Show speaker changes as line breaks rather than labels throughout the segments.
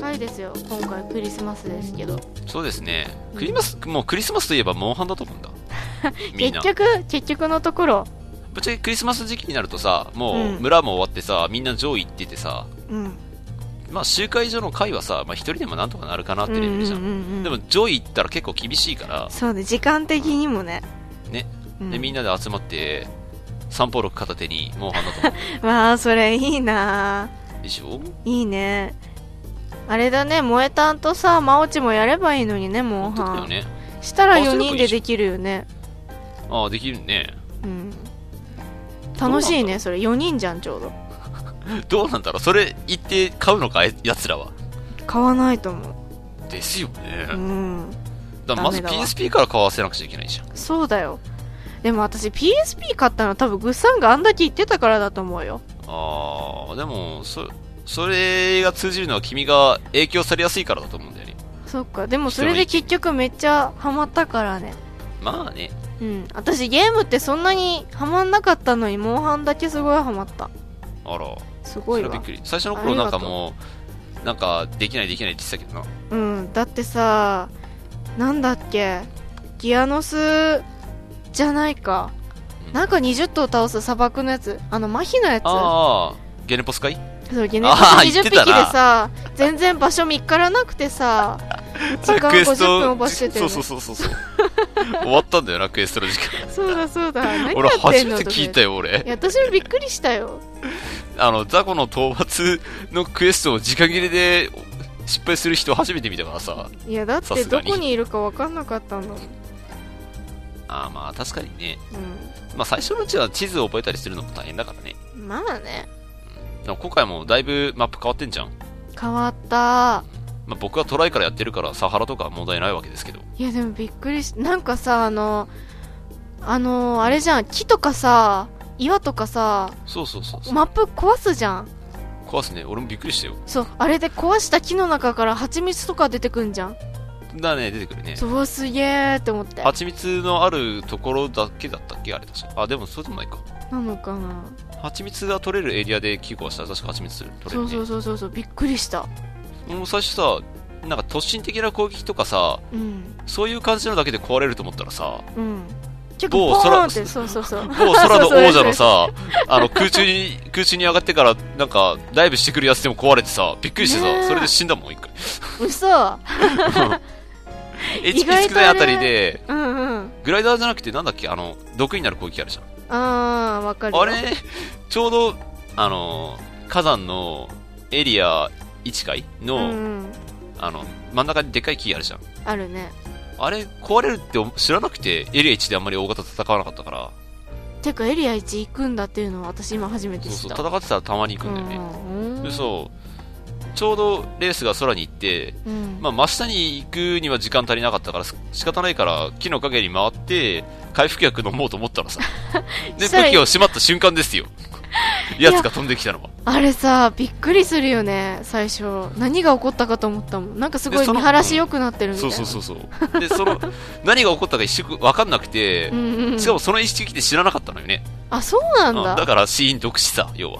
ないですよ今回クリスマスですけど
そうですねクリマスもうクリスマスといえばモンハンだと思うんだ みん
結
な
局結局のところ
ぶっちゃけクリスマス時期になるとさもううん村も終わってさみんな上位行っててさ、
うん
まあ、集会所の会はさ、まあ、一人でもなんとかなるかなってレベルじゃん,、
うんうんうんうん
でも上位行ったら結構厳しいから、
そうね時間的にもね
ね
うん
でみんなで集まって三方六片手にモンハンだと思
わあそれいいな
うでしょ
いいねあれだね萌えたんとさまおちもやればいいのにねモン
本当だ
ハ
よ
ン、
ね
したら
あそ
4
れもいい
人でできるよね
ああできるね
うん楽しい
どうなん
ねそれ4人じゃんちょうど
どうなんだろうそれ行って買うのかやつらは
買わないと思
ですよね、
ううん
だからまず
ダメだわ
PSP から買わせなくちゃいけないじゃん
そうだよでも私 PSP 買ったの多分グッサンがあんだけ言ってたからだと思うよ
ああでもそそれが通じるのは君が影響されやすいからだと思うんだよね
そっかでもそれで結局めっちゃハマったからね
まあね
うん私ゲームってそんなにハマんなかったのにモンハンだけすごいハマった
あら
すご
そ
い
れはびっ
わ
くり最初の頃なんかもうなんかできないできないって言ってたけどな
うんだってさなんだっけギアノスじゃないか
うん
なんか20頭倒す砂漠のやつあの麻痺のやつ
ああゲネポスかい
そうゲネプ
あ
ス
ー
20
言っ
匹
て
で
たな
さ全然場所見っからなくて さ時間50分オーバーしてて、ね、
そうそうそうそうそ う終わったんだよなクエストの時間
そうだそうだ何
俺
やって
初
んの
めて聞いた
よ
よ俺
いや私もびっくりしたよ
あの雑魚の討伐のクエストを時間切れで失敗する人初めて見たからさ
いやだっ
さ
て
すが
ど
に
こにいるか分かんなかったんだもん、うん、
ああまあ確かにねまあ最初のうちは地図を覚えたりするのも大変だからね
まあね
でも今回もだいぶマップ変わってんじゃん、
変わった
まあ、僕はトライからやってるからサハラとかは問題ないわけですけど
いやでもびっくりしなんかさあのあのあれじゃん木とかさ岩とかさ
そうそうそうそう
マップ壊すじゃん
壊すね俺もびっくりしたよ
そうあれで壊した木の中から蜂蜜とか出てくんじゃん
だね出てくるね
そううわすげえって思って
蜂蜜のあるところだけだったっけあれ確かあでもそうでもないか
なのかな
蜂蜜が取れるエリアで木壊したら確か蜂蜜取れるね
そうそうそうそうそうびっくりした
もう最初さなんか突進的な攻撃とかさ
うん
そういう感じのだけで壊れると思った らさ
うん結
某
構ボーン
空
ってそうそうそう
某空
そ
の
うそう
王者のさあの空中に空中に上がってからなんかダイブしてくるやつでも壊れてさびっくりしてさ、
ねえ
それで死んだもん一回
嘘 意
HP
外
少
と
ない
ね
あたりで
うんうん
グライダーじゃなくてなんだっけあの毒になる攻撃あるじゃん
あーわかるよ
あれちょうどあの火山のエリア1階
う
の,、
んうん
あの真ん中にでっかい木あるじゃん
あるね
あれ壊れるって知らなくてエリア1であんまり大型戦わなかったから
てかエリア1行くんだっていうのは私今初めて
そう
知
そ
った
う戦ってたらたまに行くんだよね、
うん
でそうちょうどレースが空に行って、
うん
まあ、真下に行くには時間足りなかったからす仕方ないから木の陰に回って回復薬飲もうと思った らさで
したら
武器をしまった瞬間ですよやつが飛んできたのは
あれさびっくりするよね最初何が起こったかと思ったもんなんかすご
で
い
その
見晴らし良くなってるみたい
そ
うな
そうそうそうでその何が起こったか一瞬分かんなくて、
うんうん
しかもその一撃で知らなかったのよね
あそうなん
うんだ
だ
から死因毒死さ 要は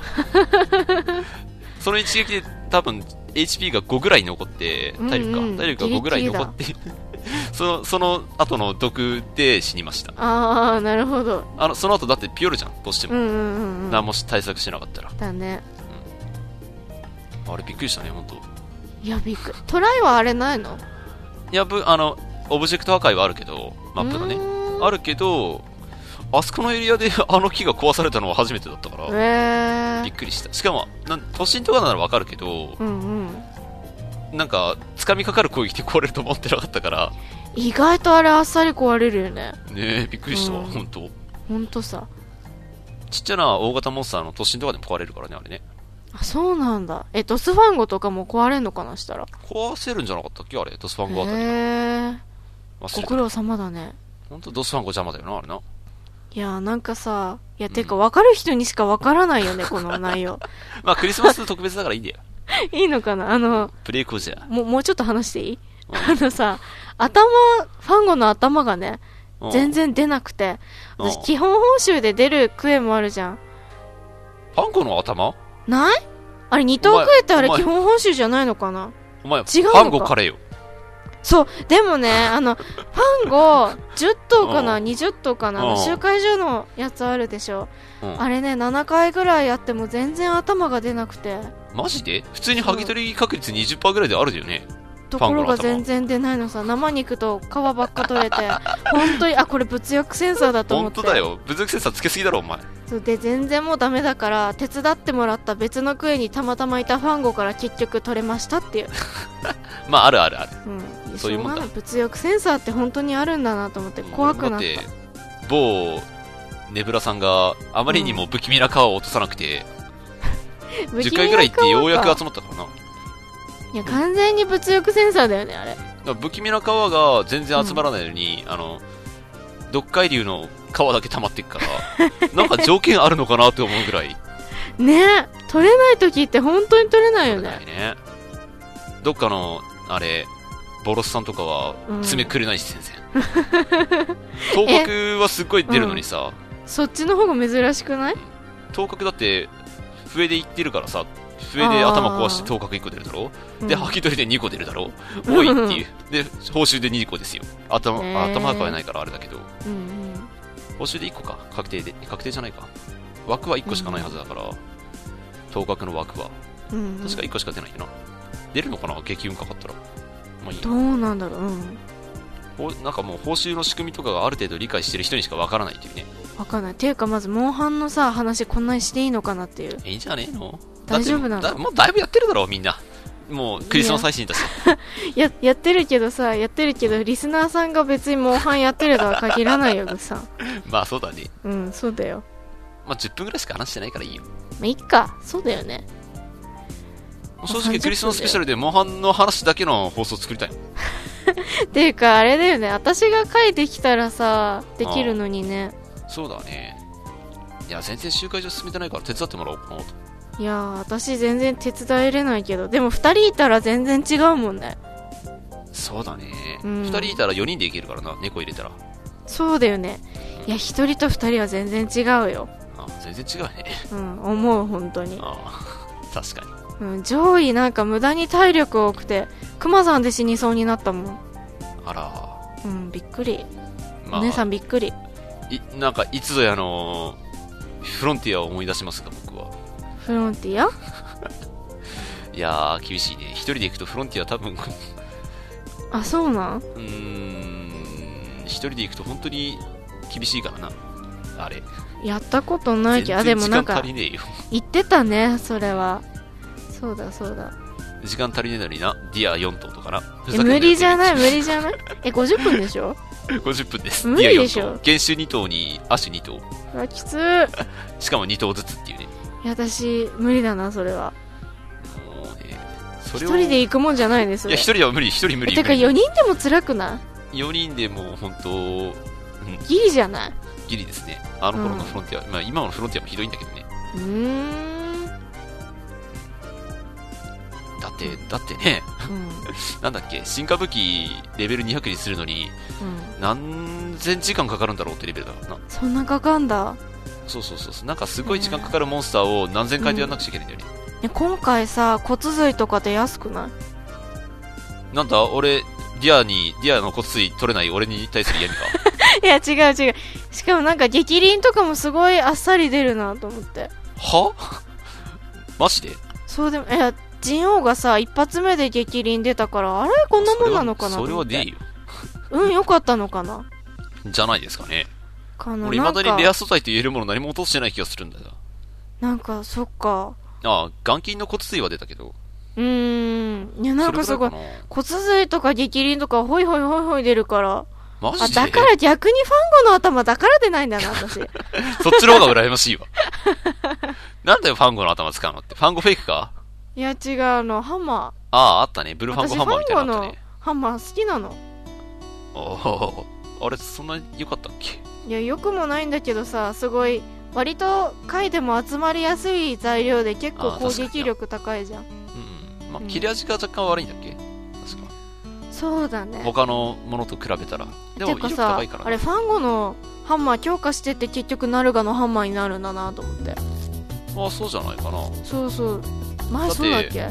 その一撃で多分 HP が5ぐらい残って体力か、
うんうん
体力が5ぐらい残って そのその後の毒で死にました
ああなるほど
あのその後だってピヨルじゃんどうして
う
も、
んうんうんうん
何もし対策してなかったら
だね
あれびっくりしたね本当。
いやびっくりトライはあれないの
いやぶあのオブジェクト破壊はあるけどマップのねあ
る
るけどあそこのエリアで あの木が壊されたのは初めてだったから、
え
び
え
っくりしたしかもなん都心とかならわかるけど
うんうん
なんか掴みかかる攻撃で壊れると思ってなかったから
意外とあれあっさり壊れるよね
ねえびっくりしたわ、
うん
本当。
ほんとさ
ちっちゃな大型モンスターの都心とかでも壊れるからねあれね
あそうなんだえドスファンゴとかも壊れんのかなしたら
壊せるんじゃなかったっけあれドスファンゴあたりが
へえ
忘
ご
れ
苦
た
労様だね
本当ドスファンゴ邪魔だよなあれない
やーなんかさいやてか分かる人にしか分からないよねこの内 容
まあクリスマス特別だからいいんだよ
いいのかなあの
プレイコーじゃ
もうもうちょっと話していいあのさ頭ファンゴの頭がね全然出なくて
うん
私基本報酬で出るクエもあるじゃん
ファンゴの頭
ないあれ二等クエってあれ
お前
基本報酬じゃないのかな
お前、
違うのか
ファンゴ枯れよ。
そう、でも ね、あの、ファンゴ、10頭かな、20頭かな、あの
うん
集会所のやつあるでしょ。
うん
あれね、7回ぐらいやっても全然頭が出なくて、
マジで普通に剥ぎ取り確率20%ぐらいであるよね。
ところ
ファンゴの
が
頭
全然出ないのさ、生肉と皮ばっか取 れて、本当に、あ、これ物欲センサーだと思
本
って。
当だよ。物理センサーつけすぎだろ、お前。
そうで、全然もうダメだから、手伝ってもらった別のクエにたまたまいたファンゴから結局取れましたっていう。
まあ、あるあるある。
うん、
そういうもんだ
しょがない物欲センサーって本当にあるんだなと思って怖くなっ
俺もだ
た
って、某、ネブラさんがあまりにも不気味な皮を落とさなくて、
不気
10
味
回ぐらい行ってようや
な
く
顔
集まったからな。
いや完全に物欲センサーだよねあれ
だから不気味な皮が全然集まらないのに、あの、読解流の皮だけ溜まっていくから、なんか条件あるのかなって思うぐらい。
ね取れない時って本当に取れないよ
な
ね
いね。どっかの、あれ、ボロスさんとかは
うん、
爪くれない し、全然。頭角はすっごい出るのにさ、
そっちの方が珍しくない
頭角だって、笛でいってるからさ、笛で頭壊して頭角1個出るだろで、
うん
吐き取りで2個出るだろ多いっていう。で、報酬で2個ですよ。頭、
へー
頭赤はないからあれだけど。
うんうん
報酬で1個か。確定で、確定じゃないか。枠は1個しかないはずだから、頭角の枠は。
うんうん
確か1個しか出ないよな。出るのかな激運かかったら。まあいいや
どうなんだろううん
ほうなんかもう報酬の仕組みとかがある程度理解してる人にしかわからないっていうね。
わかんないていうかまずモンハンのさ話こんなにしていいのかなっていう
えいいんじゃねえの
大丈夫なの
だってもうだもうだいぶやってるだろう、みんな。もうクリスマス配信だし。
ややってるけどさやってるけどリスナーさんが別にモンハンやってるとは限らないよぐさん
まあそうだね。
うんそうだよ
まあ10分ぐらいしか話してないからいいよ。
まあいっかそうだよね30分だ
正直
よ
クリスマススペシャルでモンハンの話だけの放送作りたいもん。
っていうかあれだよね私が書いてきたらさできるのにね
そうだね。いや、全然集会所進めてないから手伝ってもらおうかなと。
いやー私全然手伝えれないけどでも2人いたら全然違うもんね
そうだね。
う
二
ん
2人いたら4人でいけるからな、猫入れたら。
そうだよねいや1人と2人は全然違うよ
あ全然違うね。
うん思う本当に、
ああ確かに。
うん、上位なんか無駄に体力多くてクマさんで死にそうになったもん
あら。
うんびっくり、
まあ、
お姉さんびっくり
いなんかいつぞやのフロンティアを思い出しますが僕は
フロンティア
いやー厳しいね一人で行くとフロンティア多分 う
あそうなん
ーん一人で行くと本当に厳しいからなあれ
やったことないけどあで
全
も
然時
なん
間足
か
りねえよ
言ってたねそれはそうだそうだ
時間足りねえのになディア4頭とかなふ
え
ざけんな
無
よ
理じゃない無理じゃないえ50分でしょ
50分です
無理でし
ディア
ょ
4頭原種2頭に亜種2頭
うわきつー
しかも2頭ずつっていうね
いや私無理だなそれは
もうねそ
一
れを
人で行くもんじゃないです
いや一人では無理一人無理
てか
無理
4人でも辛くない
4人でもう本当
ギリじゃない
ギリですねあの頃のフロンティア、まあ今のフロンティアもひどいんだけどね
うーん、うん、
だって、だってね、なんだっけ、新歌武器レベル200にするのに何千時間かかるんだろうってレベルだからな。
そんなかかんだ
そうそうそうそう。なんかすごい時間かかるモンスターを何千回でやんなくちゃいけないんだよね。
ね今回さ骨髄とかで安くない
なんだ、俺、ディアに、ディアの骨髄取れない俺に対する嫌 味か。
いや違う違うしかもなんか激鱗とかもすごいあっさり出るなと思って
はマジで
そうでもいや仁王がさ一発目で激鱗出たからあれこんなもんなのかなと
それ
思
は
っ
それは
て
ねえよ。
うんよかったのかな
じゃないですかね。
かな
俺、
な
未
ん
だ
か
にレア素材と言えるもの何も落としてない気がするんだよ。
なんかそっか
ああ、眼筋の骨髄は出たけど。
うーんいやなんかすごい
それぐらいか
骨髄とか激鱗とかホイホイホイホイ出るから
なマ
あ
ジで
だから逆にファンゴの頭だから出ないんだな 私
そっちの方が羨ましいわ。なんだよ、ファンゴの頭使うのって。ファンゴフェイクか
いや違うあのハンマ
ああ、あったね。ブ
ー
ルーファンゴ
私
ハンマーみたいなのあっ
ファン
た
ゴ
ね。
ハンマー好きなの
おおーあれ、そんなに良かったっけ
いやよくもないんだけどさすごい割と回でも集まりやすい材料で結構
あー
攻
確かに
撃力高いじゃん
うんうん。まあ
う、ん
切れ味が若干悪いんだっけ確か。
そうだね
他のものと比べたら。でも、
て
威
か
力
さ
高いから
あ
ね。
れファンゴのハンマー強化してって結局ナルガのハンマーになるんだなと思って
ああ、そうじゃないかな。い
そうそう前そうだっけ
や、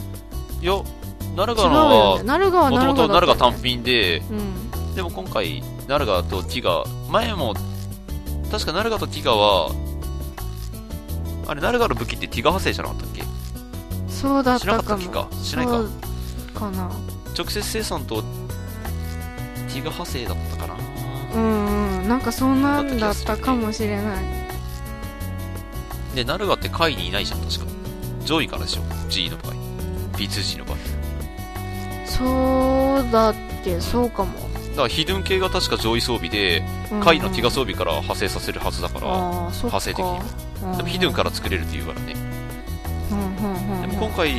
奈良
違うよね
川は、
奈良川は
もともと
奈良川
奈良が
だったよ
単
ね
品で、でも今回、奈良がとティガ、前も、確か奈良がとティガは、あれ、奈良がの武器ってティガ派生じゃなかったっけ
うんそうだっ
しな
たか
かったっけ
も
かしないか
そうかな
直接生産とティガ派生だったかな
うんうんなんかそんなんだったかもしれない
で、ナルガって下位にいないじゃん、確か。上位からでしょ、G の場合。B2G の場合。だ
そうだっけそうかも
から、ヒドゥン系が確か上位装備で、下位のティガ装備から派生させるはずだから、
ああーそっか
派生的にはでもヒドゥンから作れるっていうからね。
うんうんうん
で
うん
も今回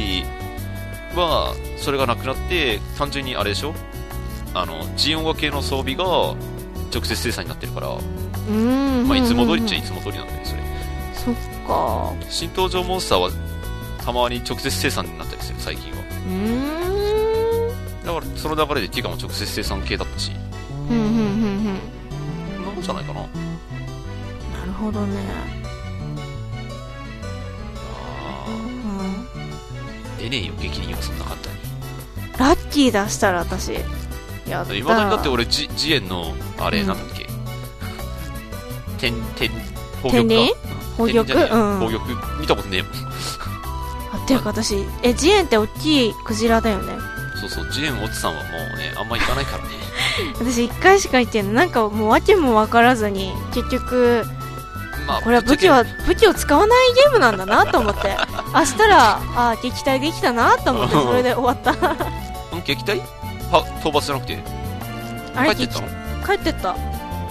は、それがなくなって、単純にあれでしょあの、G 音楽系の装備が直接生産になってるから、
うん
まあ、いつも通りっちゃ
う
い
んうん
つも通りなんだよね、それ。
うんそっか
新登場モンスターは、たまに直接生産になったりする、最近は。
うーん
だから、その流れでティガも直接生産系だったし、
うんうんうんうん
そんなもんじゃないかな。
なるほどねうん
出ねえよ激にはそんな簡単に
ラッキー出したら私やった
いまだにだって俺ジジエンのあれなんだっけ、天天宝
天
玉か
輪宝玉
天輪じゃね
う
え
ん
宝玉見たことねえもん
あっていうか私えジエンって大きいクジラだよね
そうそうジエンオツさんはもうねあんま行かない からね
私一回しか行ってんのなんかもう訳も分からずに結局
まあ
これは武器は武器を使わないゲームなんだなと思 ってあしたらあー撃退できたなと思ってそれで終わった
ぶっちゃけん撃退は討伐じゃなくて
あれ
帰ってったの
帰ってったい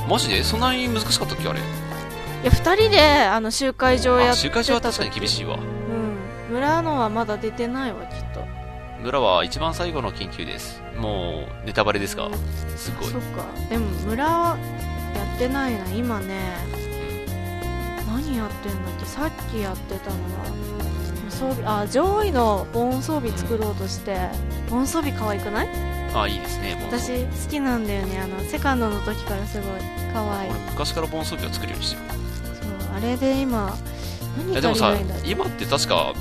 マジでそんなに難しかったっけあれ
や2人であの集会場やっ
あ
て
集
た
会所は確かに
時
厳しいわ
うん村のはまだ出てないわきっと
村は一番最後の緊急ですもうネタバレですがすごい
そっかでも村はやってないな今ね何やってんだっけさっきやってたのは装備あ上位のボーン装備作ろうとしてボーン装備可愛くない
あいいですねもう
私好きなんだよねあのセカンドの時からすごい可愛い
俺昔から盆装備は作るようにしてる
そうあれで今何
い
足
やでも
り
さ
ないんだろう
今って確か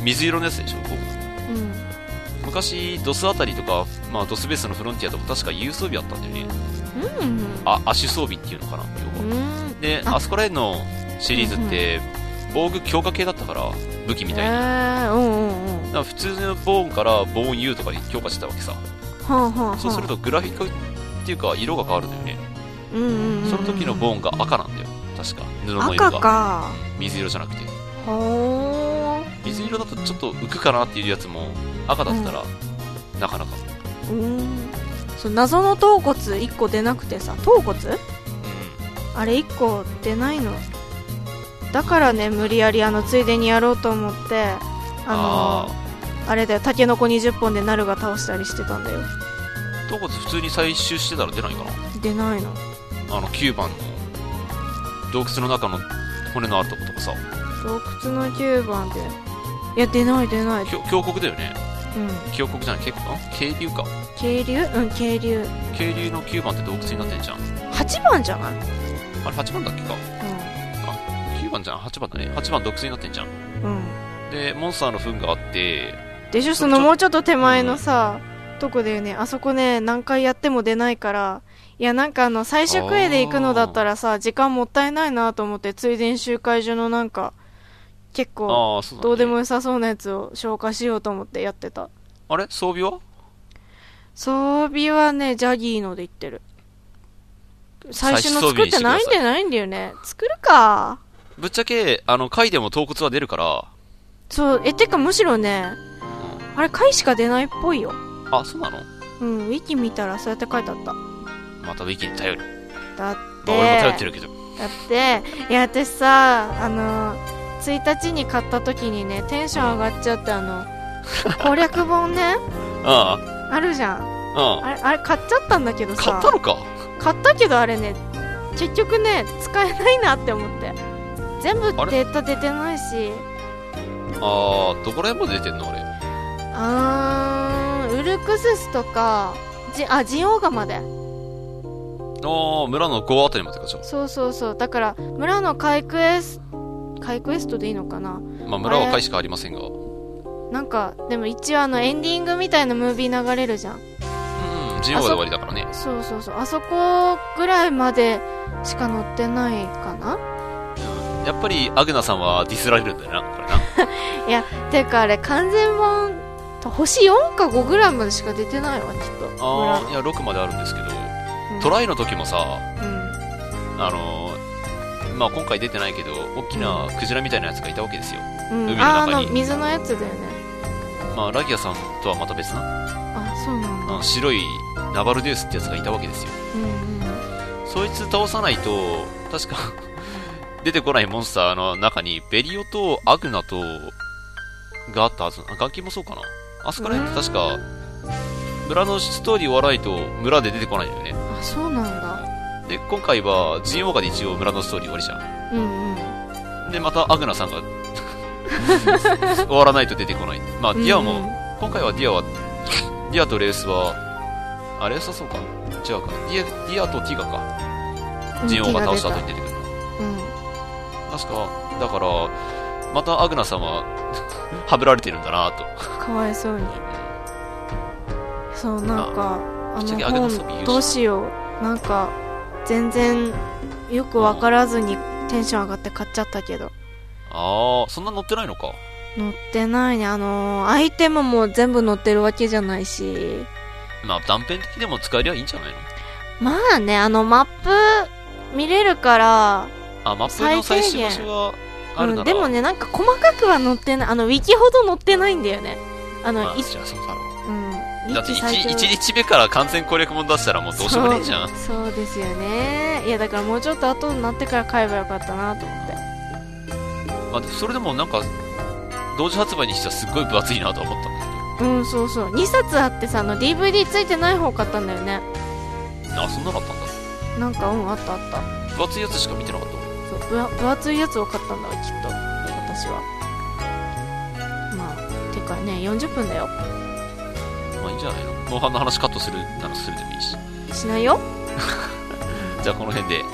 水色のやつでしょ
うん
昔ドスあたりとか、まあ、ドスベースのフロンティアとか確か有装備あったんだよね
うんうん
あ足装備っていうのかな要
う
は
ん
で
あ
あそこら辺のシリーズって防具強化系だったから武器み
え
たいにだ
ーうんうんうん
から普通のボーンからボーン U とかに強化してたわけさ
はんはんはん
そうするとグラフィックっていうか色が変わるんだよね
うんうんうん
その時のボーンが赤なんだよ確か布の色
赤
が
か
水色じゃなくて
ほ
水色だとちょっと浮くかなっていうやつも赤だったらなかなか
ーうんそう謎の頭骨1個出なくてさ頭骨
う
あれ1個出ないのだからね無理やりあのついでにやろうと思って
ん
あの
あ
あれだよタケノコ20本でナルが倒したりしてたんだよ
ー頭骨普通に採集してたら出ないかな
出ないの
あの9番の洞窟の中の骨のあるとことかさ
洞窟の9番でいや出ない出ない
きょ峡谷だよね
うん
峡谷じゃない結構渓流か
渓流うん渓流
渓流の9番って洞窟になってんじゃん
8番じゃない
あれ8番だっけか9番じゃん8番だね8番洞窟になってんじゃん
うん、うん、
でモンスターの糞があって
でしょそのもうちょっと手前のさ、とこだよねあそこね何回やっても出ないからいやなんかあの最終クエで行くのだったらさ時間もったいないなと思ってついでに集会所のなんか結構
ああそうだ、ね、
どうでも良さそうなやつを消化しようと思ってやってた
あれ装備は
装備はねジャギーので行ってる最初の作ってないんじゃないんだよね作るか
ぶっちゃけあの貝でも洞窟は出るから
そうえてかむしろね
う
あれ回しか出ないっぽいよ
あそうなの
うんウィキ見たらそうやって書いてあった
またウィキに頼る、
だって、
まあ、俺も頼ってるけど
だっていや私さあの1日に買った時にねテンション上がっちゃってあの攻略本ね
あ
あるじゃん
あああ
あれあれ買っちゃったんだけど
買
さ
ったのか
買ったけどあれね結局ね使えないなって思って全部
あれ
データ出てないし
あー、どこら辺まで出てんのあれ。
あーウルクススとかジあジオーガまで
ああ、村の5あたりまでかじゃ
そうそうそうだから村のカイクエスカイクエストでいいのかな
あまあ村は回しかありませんが。
なんかでも一応あのエンディングみたいなムービー流れるじゃん
うん、15で終わりだからね。
そうそうそうあそこぐらいまでしか乗ってないかな
うんやっぱり、アグナさんはディスられるんだよな、これな。
ていうかあれ完全版と星4か5ぐらいまでしか出てないわちょっと
あーいや、6まであるんですけど、トライの時もさ、
イ、うん
あのーまあ今回出てないけど、大きなクジラみたいなやつがいたわけですよ。
うん
海の中に
ああの水のやつだよね
まあラギアさんとはまた別な、
あそうなん
あ
だ
の白いナバルデュースってやつがいたわけですよ。
うん
そいつ倒さないと、確か、 出てこないモンスターの中に、ベリオとアグナと、があったはず、あ、ガキもそうかな。あそこら辺って確か、村のストーリー終わらないと村で出てこないんだよね。
うんあそうなんだ
で、今回は GO がで一応村のストーリー終わりじゃ
うんうん
ん。で、またアグナさんが 終わらないと出てこない。まあ、ディアも、今回はディアは、ディアとレースは、あ、レースはそうか。違うか。ディアディアとティガか。ジンオウが倒した後に出てくるの。
うん
確か、だから、またアグナさんは、 はぶられてるんだなと。
かわいそうにそうなんかあ
ぶっちゃけ
の
アグナストビー
本
ル
どうしようなんか全然よくわからずにテンション上がって買っちゃったけど
ああ、そんな乗ってないのか。
乗ってないねあのーアイテムも全部乗ってるわけじゃないし
まあ、断片的でも使えりゃいいんじゃないの
まあねあのマップ見れるから
あ、マップの最
最低
終
限
場所があるな
う
ら、
ん、でもねなんか細かくは乗ってないあのウィキほど乗ってないんだよねあの、
まあ、
い
じゃあそうだろう。
うんウ
だ
ィ
って
キ
一
最強
一日目から完全攻略本出したらもうどうしようもねえじゃん。
そうそうですよねいやだからもうちょっと後になってから買えばよかったなと思って
まあ、それでもなんか、同時発売にしてはすっごい分厚いなと思ったんだ
うんそうそう2冊あってさあの DVD ついてない方買ったんだよね
けど。あ、そんなのあったんだ。
なんかうんあったあった
分厚いやつしか見てなかった
そう分厚分厚いやつを買ったんだわきっと私はまあてかね40分だよ
俺。まあいいんじゃないの後半の話カットするならするでもいいし。
しないよ
じゃあこの辺で、